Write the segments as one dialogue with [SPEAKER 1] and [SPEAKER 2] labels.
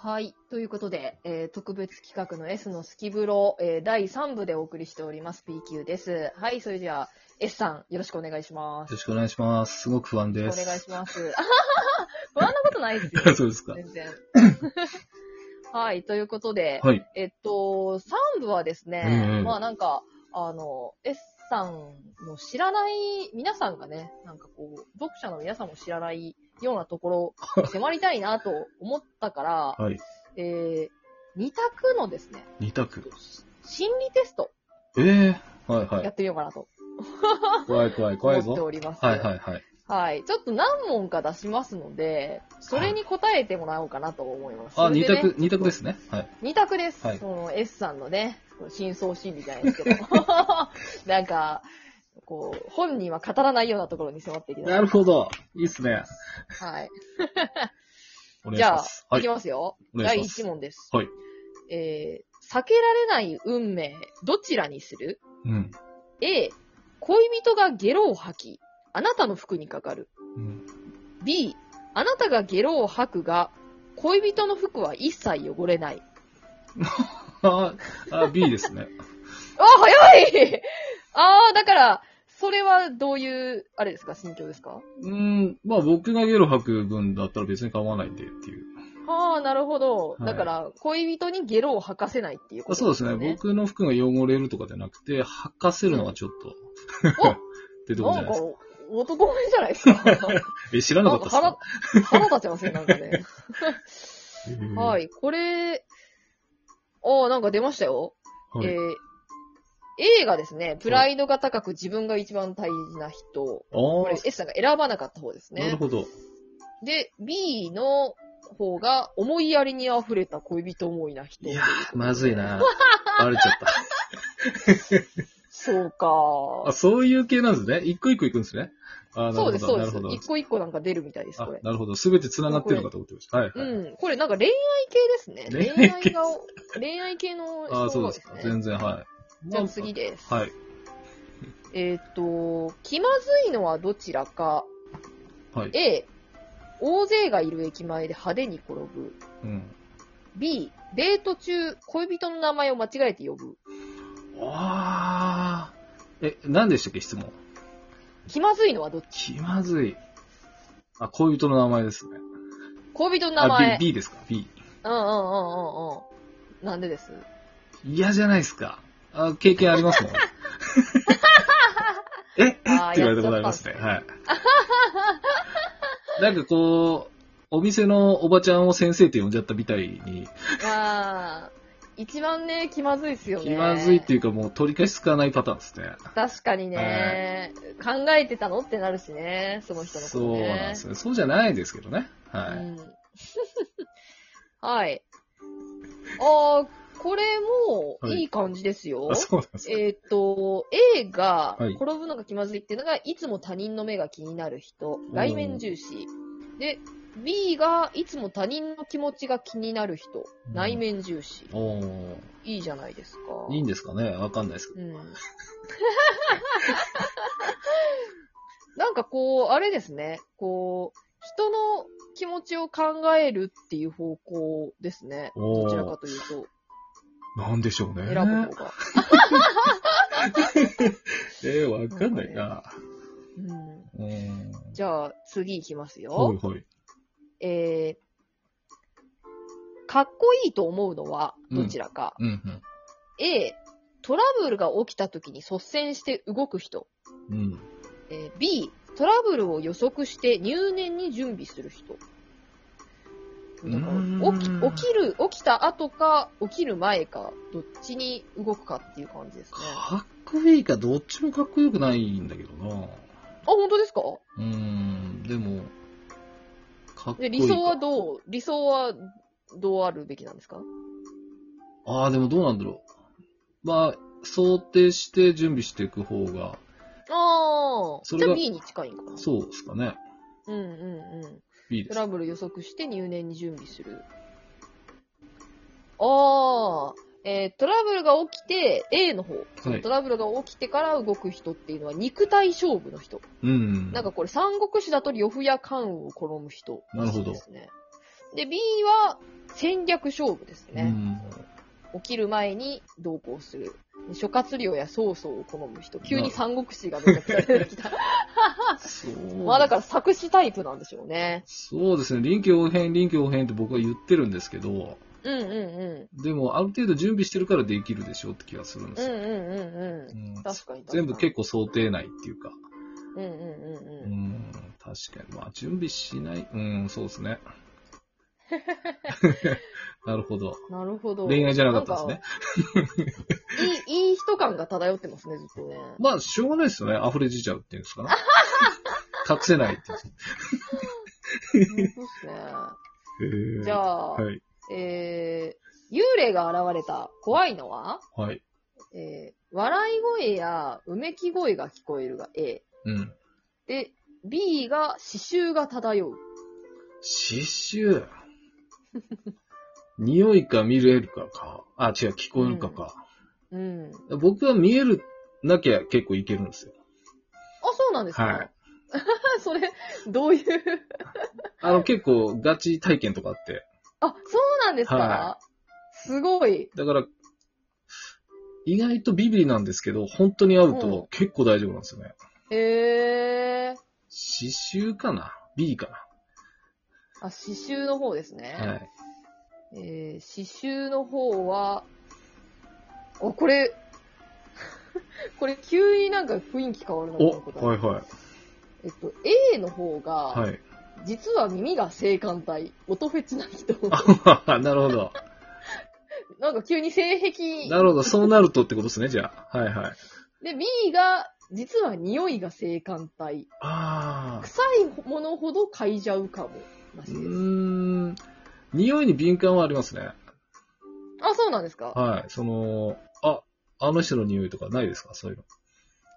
[SPEAKER 1] はい。ということで、えー特別企画の S のスキブロ、えー第3部でお送りしております。PQ です。はい。それじゃあ、S さん、よろしくお願いしま
[SPEAKER 2] よろ
[SPEAKER 1] す。
[SPEAKER 2] しくお願いします。すごく不安
[SPEAKER 1] お
[SPEAKER 2] で
[SPEAKER 1] 願い
[SPEAKER 2] す。
[SPEAKER 1] します。 あはは不安なことないですよ。
[SPEAKER 2] そうですか。
[SPEAKER 1] 全然。 はい。ということで、
[SPEAKER 2] はい。
[SPEAKER 1] えっと、3部はですね、
[SPEAKER 2] うんうん
[SPEAKER 1] まあなんか、あの、S さんの知らない、皆さんがね、なんかこう、読者の皆さんも知らないようなところ、迫りたいなと思ったから、
[SPEAKER 2] はい。
[SPEAKER 1] えー、2択のですね、
[SPEAKER 2] 二択。
[SPEAKER 1] 心理テスト
[SPEAKER 2] ええはいは
[SPEAKER 1] や
[SPEAKER 2] い。
[SPEAKER 1] ってみようかなと
[SPEAKER 2] 怖い怖い怖
[SPEAKER 1] 思
[SPEAKER 2] い
[SPEAKER 1] って
[SPEAKER 2] ぞ。
[SPEAKER 1] おります。
[SPEAKER 2] はいはいはい。
[SPEAKER 1] はいちょっと何問か出しますので、それに答えてもらおうかなと思います。
[SPEAKER 2] あ、
[SPEAKER 1] それ
[SPEAKER 2] 二
[SPEAKER 1] でね
[SPEAKER 2] 択、二択ですね。はい。
[SPEAKER 1] 二択です。
[SPEAKER 2] はい
[SPEAKER 1] その S さんのね、この真相心理じゃないです けど。なんか、こう、本人は語らないようなところに迫っていきた。
[SPEAKER 2] ないるほど。いいっすね。
[SPEAKER 1] はい。
[SPEAKER 2] お願い
[SPEAKER 1] じ
[SPEAKER 2] し
[SPEAKER 1] ゃ
[SPEAKER 2] ま
[SPEAKER 1] あ
[SPEAKER 2] す。、
[SPEAKER 1] いき
[SPEAKER 2] はい。
[SPEAKER 1] ますよ。
[SPEAKER 2] お願
[SPEAKER 1] 第
[SPEAKER 2] いし
[SPEAKER 1] 1
[SPEAKER 2] ます。
[SPEAKER 1] 問です。
[SPEAKER 2] はい。
[SPEAKER 1] えー、避けられない運命、どちらにする
[SPEAKER 2] うん。
[SPEAKER 1] ?A、恋人がゲロを吐き、あなたの服にかかる。
[SPEAKER 2] うん。
[SPEAKER 1] B、あなたがゲロを吐くが、恋人の服は一切汚れない。
[SPEAKER 2] あ、あ B ですね。
[SPEAKER 1] あ、早い あー、だから、それはどういう、あれですか、心境ですか
[SPEAKER 2] うーん。まあ僕がゲロ吐く分だったら別に構わないんでっていう。
[SPEAKER 1] ああ、なるほど。
[SPEAKER 2] はい
[SPEAKER 1] だから、恋人にゲロを吐かせないっていうこ
[SPEAKER 2] あ
[SPEAKER 1] と
[SPEAKER 2] そうですね。僕の服が汚れるとかじゃなくて、吐かせるのがちょっと。 ってとこじ
[SPEAKER 1] な
[SPEAKER 2] ゃ
[SPEAKER 1] ん
[SPEAKER 2] ないで
[SPEAKER 1] か
[SPEAKER 2] すか。、
[SPEAKER 1] 男前じゃないです か。
[SPEAKER 2] え、知らな
[SPEAKER 1] な
[SPEAKER 2] か
[SPEAKER 1] ん
[SPEAKER 2] った
[SPEAKER 1] か
[SPEAKER 2] っす
[SPEAKER 1] 腹
[SPEAKER 2] か、。
[SPEAKER 1] 腹立ちますね、なんかね。はいい、これ、ああ、なんか出ましたよ。
[SPEAKER 2] は
[SPEAKER 1] え
[SPEAKER 2] い。
[SPEAKER 1] ー A がですね、プライドが高く自分が一番大事な人。
[SPEAKER 2] あ
[SPEAKER 1] これ
[SPEAKER 2] ー
[SPEAKER 1] S さんが選ばなかった方です
[SPEAKER 2] なる
[SPEAKER 1] ね。
[SPEAKER 2] ほど。
[SPEAKER 1] で、B の方が思いやりに溢れた恋人思いな人。
[SPEAKER 2] いやー、まずい。な。バレちゃった。
[SPEAKER 1] そうか
[SPEAKER 2] あ、。そういう系なんですね。一個一個いくんですね。あ
[SPEAKER 1] そうです、そうで
[SPEAKER 2] なる
[SPEAKER 1] す
[SPEAKER 2] ほ。ど。
[SPEAKER 1] 一個一個なんか出るみたいです、こ
[SPEAKER 2] あ
[SPEAKER 1] れ、。
[SPEAKER 2] なるほど。すべて繋がってるのかと思ってました。はい、はい。
[SPEAKER 1] うん。これなんか恋愛系ですね。
[SPEAKER 2] 恋
[SPEAKER 1] 恋
[SPEAKER 2] 愛
[SPEAKER 1] 愛
[SPEAKER 2] 系
[SPEAKER 1] が、恋愛系の人
[SPEAKER 2] あ、そう
[SPEAKER 1] が
[SPEAKER 2] で
[SPEAKER 1] ですす
[SPEAKER 2] か。
[SPEAKER 1] ね。
[SPEAKER 2] 全然、は
[SPEAKER 1] じゃあ次です。
[SPEAKER 2] い。はい。
[SPEAKER 1] えーっと、気まずいのはどちらか。
[SPEAKER 2] はい。
[SPEAKER 1] A、大勢がいる駅前で派手に転ぶ。
[SPEAKER 2] うん。
[SPEAKER 1] B、デート中、恋人の名前を間違えて呼ぶ。
[SPEAKER 2] あー。え、何でしたっけ、質問。
[SPEAKER 1] 気まずいのはどっち
[SPEAKER 2] 気まずい。あ、恋人の名前ですね。
[SPEAKER 1] 恋人の名
[SPEAKER 2] あ、
[SPEAKER 1] 前。
[SPEAKER 2] B、B ですか ?B。
[SPEAKER 1] うんうんうんうんうん。なんでです
[SPEAKER 2] 嫌じゃないですか。あ、経験あ りますもん。ええって言わ
[SPEAKER 1] あー
[SPEAKER 2] れたことありますね。はい。なんかこう、お店のおばちゃんを先生って呼んじゃったみたいに、
[SPEAKER 1] ああ、一番ね、気まずいっすよね。
[SPEAKER 2] 気まずいっていうかもう取り返しつかないパターンですね。
[SPEAKER 1] 確かにね、考えてたのってなるしね、その人のこと
[SPEAKER 2] そう
[SPEAKER 1] ね。
[SPEAKER 2] なんですね。そうじゃないですけどね。はい。
[SPEAKER 1] うん、 はい。ああ、これも
[SPEAKER 2] はい
[SPEAKER 1] いい感じですよ。
[SPEAKER 2] あそうなんですね。
[SPEAKER 1] えっ、と、A が
[SPEAKER 2] はい
[SPEAKER 1] 転ぶのが気まずいっていうのが、い、つも他人の目が気になる人、外面重視。で、B がいつも他人の気持ちが気になる人、
[SPEAKER 2] うん
[SPEAKER 1] 内面重視。
[SPEAKER 2] おー
[SPEAKER 1] いいじゃないですか。
[SPEAKER 2] いいんですかねわかんないですけど。
[SPEAKER 1] うん。 なんかこう、あれですね。こう、人の気持ちを考えるっていう方向ですね。
[SPEAKER 2] おー
[SPEAKER 1] どちらかというと、
[SPEAKER 2] なんでしょうね。
[SPEAKER 1] 選ぶ方が。
[SPEAKER 2] えー、わかんないな。
[SPEAKER 1] うん、
[SPEAKER 2] うん。
[SPEAKER 1] じゃあ、次いきますよ。
[SPEAKER 2] はいはい。
[SPEAKER 1] えー、かっこいいと思うのは、どちらか。
[SPEAKER 2] うん
[SPEAKER 1] A、トラブルが起きた時に率先して動く人。
[SPEAKER 2] うん。うん。
[SPEAKER 1] えー B、トラブルを予測して入念に準備する人。だか
[SPEAKER 2] う
[SPEAKER 1] ら起
[SPEAKER 2] ーん
[SPEAKER 1] き起きる、起きた後か、起きる前か、どっちに動くかっていう感じですね。あ、
[SPEAKER 2] かっこいいか、どっちもかっこよくないんだけどな。
[SPEAKER 1] 本当ですか
[SPEAKER 2] うーん、でも、かっこい
[SPEAKER 1] で
[SPEAKER 2] いか。
[SPEAKER 1] 理想はどう、理想はどうあるべきなんですか
[SPEAKER 2] ああ、でもどうなんだろう。まあ、想定して準備していく方が、
[SPEAKER 1] ああ、
[SPEAKER 2] そ
[SPEAKER 1] じ
[SPEAKER 2] れ
[SPEAKER 1] ゃ
[SPEAKER 2] が
[SPEAKER 1] あ B に近いんかな。
[SPEAKER 2] そうですかね。
[SPEAKER 1] うんうんうん。
[SPEAKER 2] いいで
[SPEAKER 1] ト
[SPEAKER 2] す。
[SPEAKER 1] ラブル予測して入念に準備する。ああ、えートラブルが起きて、A の方、
[SPEAKER 2] はい
[SPEAKER 1] ト。ラブルが起きてから動く人っていうのは肉体勝負の人。
[SPEAKER 2] うん。
[SPEAKER 1] なんかこれ、三国志だと呂布や関羽を転ぶ人らしいですね。で、B は戦略勝負です
[SPEAKER 2] う
[SPEAKER 1] ね。
[SPEAKER 2] ん。
[SPEAKER 1] 起きる前に同行する。諸葛亮や曹操を好む人。急に三国志がめちゃくちゃ出てきた。
[SPEAKER 2] そ う。
[SPEAKER 1] まあだから作詞タイプなんでしょうね。
[SPEAKER 2] そうですね。臨機応変、臨機応変って僕は言ってるんですけど、
[SPEAKER 1] うんうんう
[SPEAKER 2] でも、ある程度準備してるからできるでしょって気がするんで
[SPEAKER 1] ん。うん
[SPEAKER 2] すよ。
[SPEAKER 1] うんうんうん。
[SPEAKER 2] う
[SPEAKER 1] 確
[SPEAKER 2] ん
[SPEAKER 1] かに確かに。
[SPEAKER 2] 全部結構想定内っていうか。
[SPEAKER 1] うんうんうん
[SPEAKER 2] う
[SPEAKER 1] うん。
[SPEAKER 2] ん、確かに。まあ、準備しない。うん、そうで すね。なるほど。
[SPEAKER 1] なるほど。
[SPEAKER 2] 恋愛じゃなかったですね。
[SPEAKER 1] なんか。いい、いい 人感が漂ってますね、ずっとね。
[SPEAKER 2] まあ、しょうがないですよね。溢れ出ちゃうっていうんですかね。隠せないってい
[SPEAKER 1] そうです ね。
[SPEAKER 2] う。
[SPEAKER 1] じゃ
[SPEAKER 2] あ。
[SPEAKER 1] あ、
[SPEAKER 2] はい。
[SPEAKER 1] えー、幽霊が現れた怖いのは、
[SPEAKER 2] はい。
[SPEAKER 1] えー、笑い声やうめき声が聞こえるが A。
[SPEAKER 2] うん。
[SPEAKER 1] で、B が刺繍が漂う。
[SPEAKER 2] 刺繍。匂いか見れるかか。あ、違う、聞こえるかか。
[SPEAKER 1] うん。あ、
[SPEAKER 2] 僕は見えるなきゃ結構いけるんですよ。
[SPEAKER 1] そうなんですか、
[SPEAKER 2] はい
[SPEAKER 1] それ、どう いう
[SPEAKER 2] あの、結構ガチ体験とかあって。
[SPEAKER 1] あ、そうなんですか、
[SPEAKER 2] は
[SPEAKER 1] すごい。
[SPEAKER 2] だから、意外とビビリなんですけど、本当に会う
[SPEAKER 1] うん
[SPEAKER 2] と結構大丈夫なんですよね。
[SPEAKER 1] えー。
[SPEAKER 2] 刺繍かな ?B か
[SPEAKER 1] あ、刺繍の方ですね。
[SPEAKER 2] なはい。
[SPEAKER 1] えー、刺繍の方は、あ、これ、 これ急になんか雰囲気変わるな、
[SPEAKER 2] お
[SPEAKER 1] この答え
[SPEAKER 2] はいは
[SPEAKER 1] えっと、A の方が、
[SPEAKER 2] い。はい。
[SPEAKER 1] 実は耳が性感帯、音フェチな人。
[SPEAKER 2] あ なるほど。
[SPEAKER 1] なんか急に性癖。
[SPEAKER 2] なるほど。そうなるとってことですね、じゃあ。はいはい。
[SPEAKER 1] で、B が、実は匂いが性感帯。
[SPEAKER 2] あ
[SPEAKER 1] 臭いものほど嗅いじゃうかも。ら
[SPEAKER 2] ー。
[SPEAKER 1] し
[SPEAKER 2] う
[SPEAKER 1] い
[SPEAKER 2] ー
[SPEAKER 1] です
[SPEAKER 2] ん。匂いに敏感はありますね。
[SPEAKER 1] あ、そうなんですかあ
[SPEAKER 2] はい。その、あ、あの人の匂いとかないですかそういうの。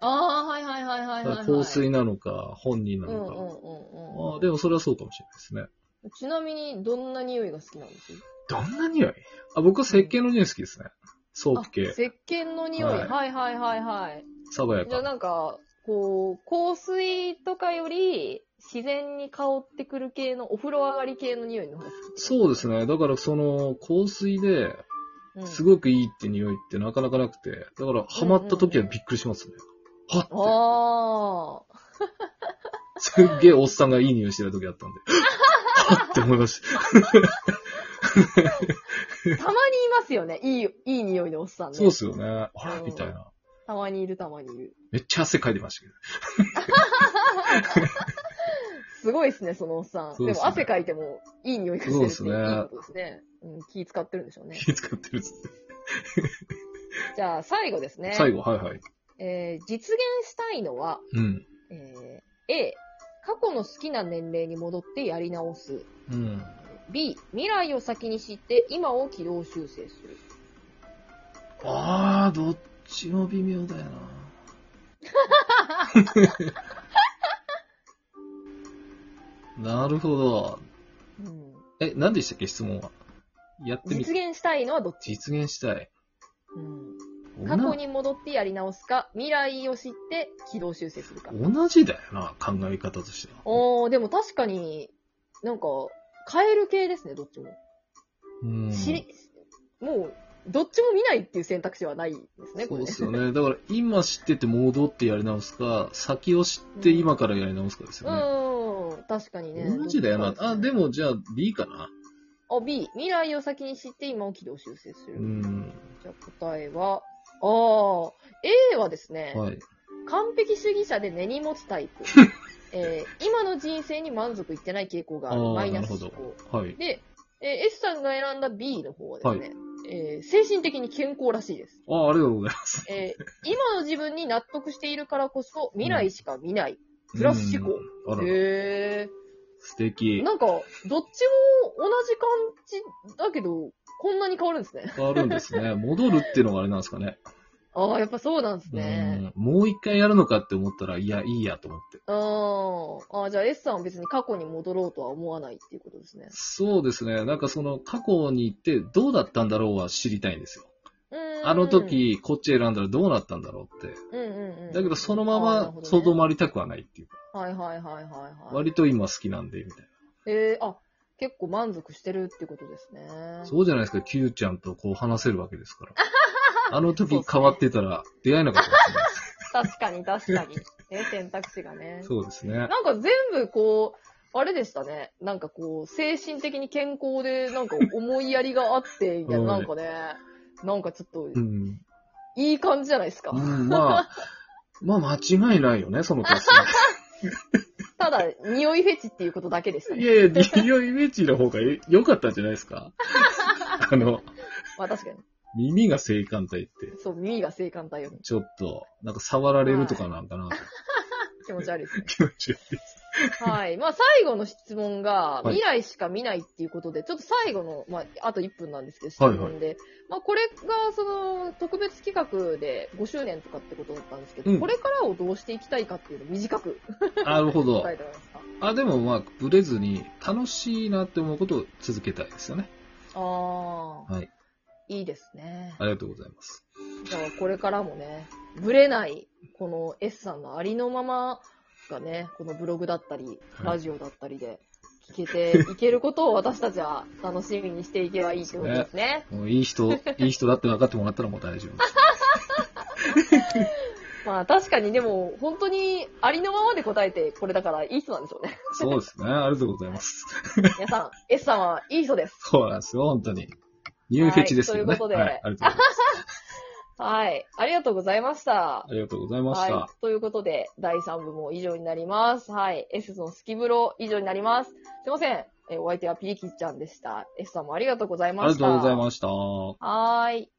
[SPEAKER 1] あー、はいはいはいはいはい、はい。
[SPEAKER 2] 香水なのか、本人な
[SPEAKER 1] うんうん
[SPEAKER 2] の
[SPEAKER 1] う
[SPEAKER 2] か。
[SPEAKER 1] んうん。
[SPEAKER 2] ああ、でもそれはそうかもしれないですね。
[SPEAKER 1] ちなみに、どんな匂いが好きなんです
[SPEAKER 2] どんな匂いあ、僕は石鹸の匂い好きですね。ソー
[SPEAKER 1] あ
[SPEAKER 2] プ系、
[SPEAKER 1] 石鹸の匂い。
[SPEAKER 2] はい
[SPEAKER 1] はいはいはいはい。
[SPEAKER 2] 爽や
[SPEAKER 1] じゃあ
[SPEAKER 2] か。
[SPEAKER 1] なんか、こう、香水とかより、自然に香ってくる系の、お風呂上がり系の匂いの方が好き。
[SPEAKER 2] そうですね。だからその、香水で、
[SPEAKER 1] うん
[SPEAKER 2] すごくいいって匂いってなかなかなくて、だからハマった時はびっくりしますね。はっ
[SPEAKER 1] ああ。
[SPEAKER 2] て、すっげえおっさんがいい匂いしてた時あったんで、 はっって思いました。
[SPEAKER 1] たまにいますよね。いい、いい匂いのおっさんね。
[SPEAKER 2] そうっすよね。あら
[SPEAKER 1] う、ん
[SPEAKER 2] みたいな。
[SPEAKER 1] たまにいる、たまにいる。
[SPEAKER 2] めっちゃ汗かいてましたけど。
[SPEAKER 1] すごいですね、そのおっさん。
[SPEAKER 2] そう
[SPEAKER 1] で
[SPEAKER 2] ですね
[SPEAKER 1] も汗かいても、いい匂いがしてるっていういいことですね。うん、気使ってるんでしょうね。
[SPEAKER 2] 気使ってるっつって。
[SPEAKER 1] じゃあ、最後ですね。
[SPEAKER 2] 最後、はいはい。
[SPEAKER 1] えー、実現したいのは、
[SPEAKER 2] うん。
[SPEAKER 1] えー A、過去の好きな年齢に戻ってやり直す。
[SPEAKER 2] うん。
[SPEAKER 1] B、未来を先に知って今を軌道修正する。
[SPEAKER 2] あー、どっちも微妙だよ な。なるほど。
[SPEAKER 1] うん、
[SPEAKER 2] え、何でしたっけ質問は。やってみ
[SPEAKER 1] 実現したいのはどっち、
[SPEAKER 2] 実現したい。
[SPEAKER 1] うん
[SPEAKER 2] おな
[SPEAKER 1] 過去に戻ってやり直すか、未来を知って軌道修正するか。
[SPEAKER 2] 同じだよな、考え方としては。
[SPEAKER 1] おー、でも確かに、なんか、変える系ですね、どっちも。
[SPEAKER 2] うん
[SPEAKER 1] 知り、もう、どっちも見ないっていう選択肢はないですね、
[SPEAKER 2] そ
[SPEAKER 1] こ
[SPEAKER 2] う
[SPEAKER 1] れ
[SPEAKER 2] で
[SPEAKER 1] ね。
[SPEAKER 2] すよね。だから今知ってて戻ってやり直すか、先を知って今からやり直すかです
[SPEAKER 1] う
[SPEAKER 2] よね。
[SPEAKER 1] ーん、確かにね。
[SPEAKER 2] 同じだよ
[SPEAKER 1] ど
[SPEAKER 2] な
[SPEAKER 1] っ。ちか
[SPEAKER 2] あ、
[SPEAKER 1] すね
[SPEAKER 2] で。もじゃあ B かな。
[SPEAKER 1] あ、B、未来を先に知って今を軌道修正する。
[SPEAKER 2] うん。
[SPEAKER 1] じゃあ答えは、あー、A はですね、
[SPEAKER 2] はい。
[SPEAKER 1] 完璧主義者で根に持つタイ プ。えー今の人生に満足いってない傾向があ
[SPEAKER 2] あ
[SPEAKER 1] る。マ
[SPEAKER 2] あ、
[SPEAKER 1] イ
[SPEAKER 2] な
[SPEAKER 1] ナ
[SPEAKER 2] る
[SPEAKER 1] ス
[SPEAKER 2] ほ
[SPEAKER 1] 思
[SPEAKER 2] ど
[SPEAKER 1] 考。。
[SPEAKER 2] はい。
[SPEAKER 1] で、えー S さんが選んだ B の方はですね、えー精神的に健康らしいです。
[SPEAKER 2] ああ、ありがとうございます。
[SPEAKER 1] え ー今の自分に納得しているからこそ、未来しか見ない。プラス思考
[SPEAKER 2] うん。あら、
[SPEAKER 1] へ
[SPEAKER 2] 素
[SPEAKER 1] え。
[SPEAKER 2] 敵。
[SPEAKER 1] なんか、どっちも同じ感じだけど、こんなに変わるんですね。
[SPEAKER 2] 変わるんですね。戻るっていうのがあれなんですかね。
[SPEAKER 1] ああ、やっぱそうなんです ね。
[SPEAKER 2] うん。もう一回やるのかって思ったら、いや、いいやと思って。
[SPEAKER 1] あーあー、じゃあ S さんは別に過去に戻ろうとは思わないっていうことですね。
[SPEAKER 2] そうですね。なんかその過去に行ってどうだったんだろうは知りたいんですよ。
[SPEAKER 1] うーん
[SPEAKER 2] あの、時こっち選んだらどうなったんだろうって。
[SPEAKER 1] うんうんうん、
[SPEAKER 2] だけどそのま
[SPEAKER 1] あーなるほ
[SPEAKER 2] ま
[SPEAKER 1] どね
[SPEAKER 2] とどまりたくはないっていうか。
[SPEAKER 1] はいはいはいはい、はい。
[SPEAKER 2] 割と今好きなんで、みたい
[SPEAKER 1] えー、あ、結構満足してるってことですね。
[SPEAKER 2] そうじゃないですか、Q ちゃんとこう話せるわけで すから。あの時変わってたら出会えなかったかもしれないです
[SPEAKER 1] 確かに確かに。ね、選択肢がね。
[SPEAKER 2] そうですね。
[SPEAKER 1] なんか全部こう、あれでしたね。なんかこう、精神的に健康で、なんか思いやりがあって、みたいな、
[SPEAKER 2] うん
[SPEAKER 1] なんかね、なんかちょっと、
[SPEAKER 2] うん。
[SPEAKER 1] いい感じじゃないですか
[SPEAKER 2] う。ん、まあ、まあ間違いないよね、その年は。
[SPEAKER 1] ただ、匂いフェチっていうことだけでした
[SPEAKER 2] い
[SPEAKER 1] ね。
[SPEAKER 2] やいや、リオイメージの方がえ良かったんじゃないで すかあの、
[SPEAKER 1] まあ確かに。
[SPEAKER 2] 耳が性感帯って、
[SPEAKER 1] そう、耳が性感帯より
[SPEAKER 2] ちょっと、なんか触られるとかなんかな、
[SPEAKER 1] 気持ち悪いですね。
[SPEAKER 2] 気持ち悪い。
[SPEAKER 1] はい。まあ最後の質問が、
[SPEAKER 2] はい
[SPEAKER 1] 未来しか見ないっていうことで、ちょっと最後の、まああと1分なんですけど、質
[SPEAKER 2] はい
[SPEAKER 1] 問で。
[SPEAKER 2] はい
[SPEAKER 1] まあこれが、その、特別企画で5周年とかってことだったんですけど、
[SPEAKER 2] うん
[SPEAKER 1] これからをどうしていきたいかっていうのを短く
[SPEAKER 2] なるほど
[SPEAKER 1] 答。えてもらえますか
[SPEAKER 2] あ、でもまあ、ブレずに、楽しいなって思うことを続けたいですよね。
[SPEAKER 1] ああ。
[SPEAKER 2] はい。
[SPEAKER 1] いいですね。
[SPEAKER 2] ありがとうございます。
[SPEAKER 1] じゃあ、これからもね、ぶれない、この S さんのありのままがね、このブログだったり、
[SPEAKER 2] はい
[SPEAKER 1] ラジオだったりで、聞けていけることを私たちは楽しみにしていけばいいってことですね。
[SPEAKER 2] もういい 人、いい人だって分かってもらったらもう大丈夫です。
[SPEAKER 1] まあ確かにでも、本当にありのままで答えて、これだからいい人なんでしょ うね。
[SPEAKER 2] そうですね。ありがとうございます。
[SPEAKER 1] 皆さん、S さんはいい人です。
[SPEAKER 2] そうなんですよ、本当に。ニューフェチです
[SPEAKER 1] は
[SPEAKER 2] よね。
[SPEAKER 1] いということで
[SPEAKER 2] はい、ありがとうございます。
[SPEAKER 1] はい。ありがとうございました
[SPEAKER 2] あ。りがとうございました。
[SPEAKER 1] はい。ということで、第3部も以上になります。はい。S のスキブロ以上になります。すいません。えーお相手はピリキちゃんでした。S さんもありがとうござい
[SPEAKER 2] あ
[SPEAKER 1] ま
[SPEAKER 2] り
[SPEAKER 1] した。
[SPEAKER 2] がとうございました。
[SPEAKER 1] はーい。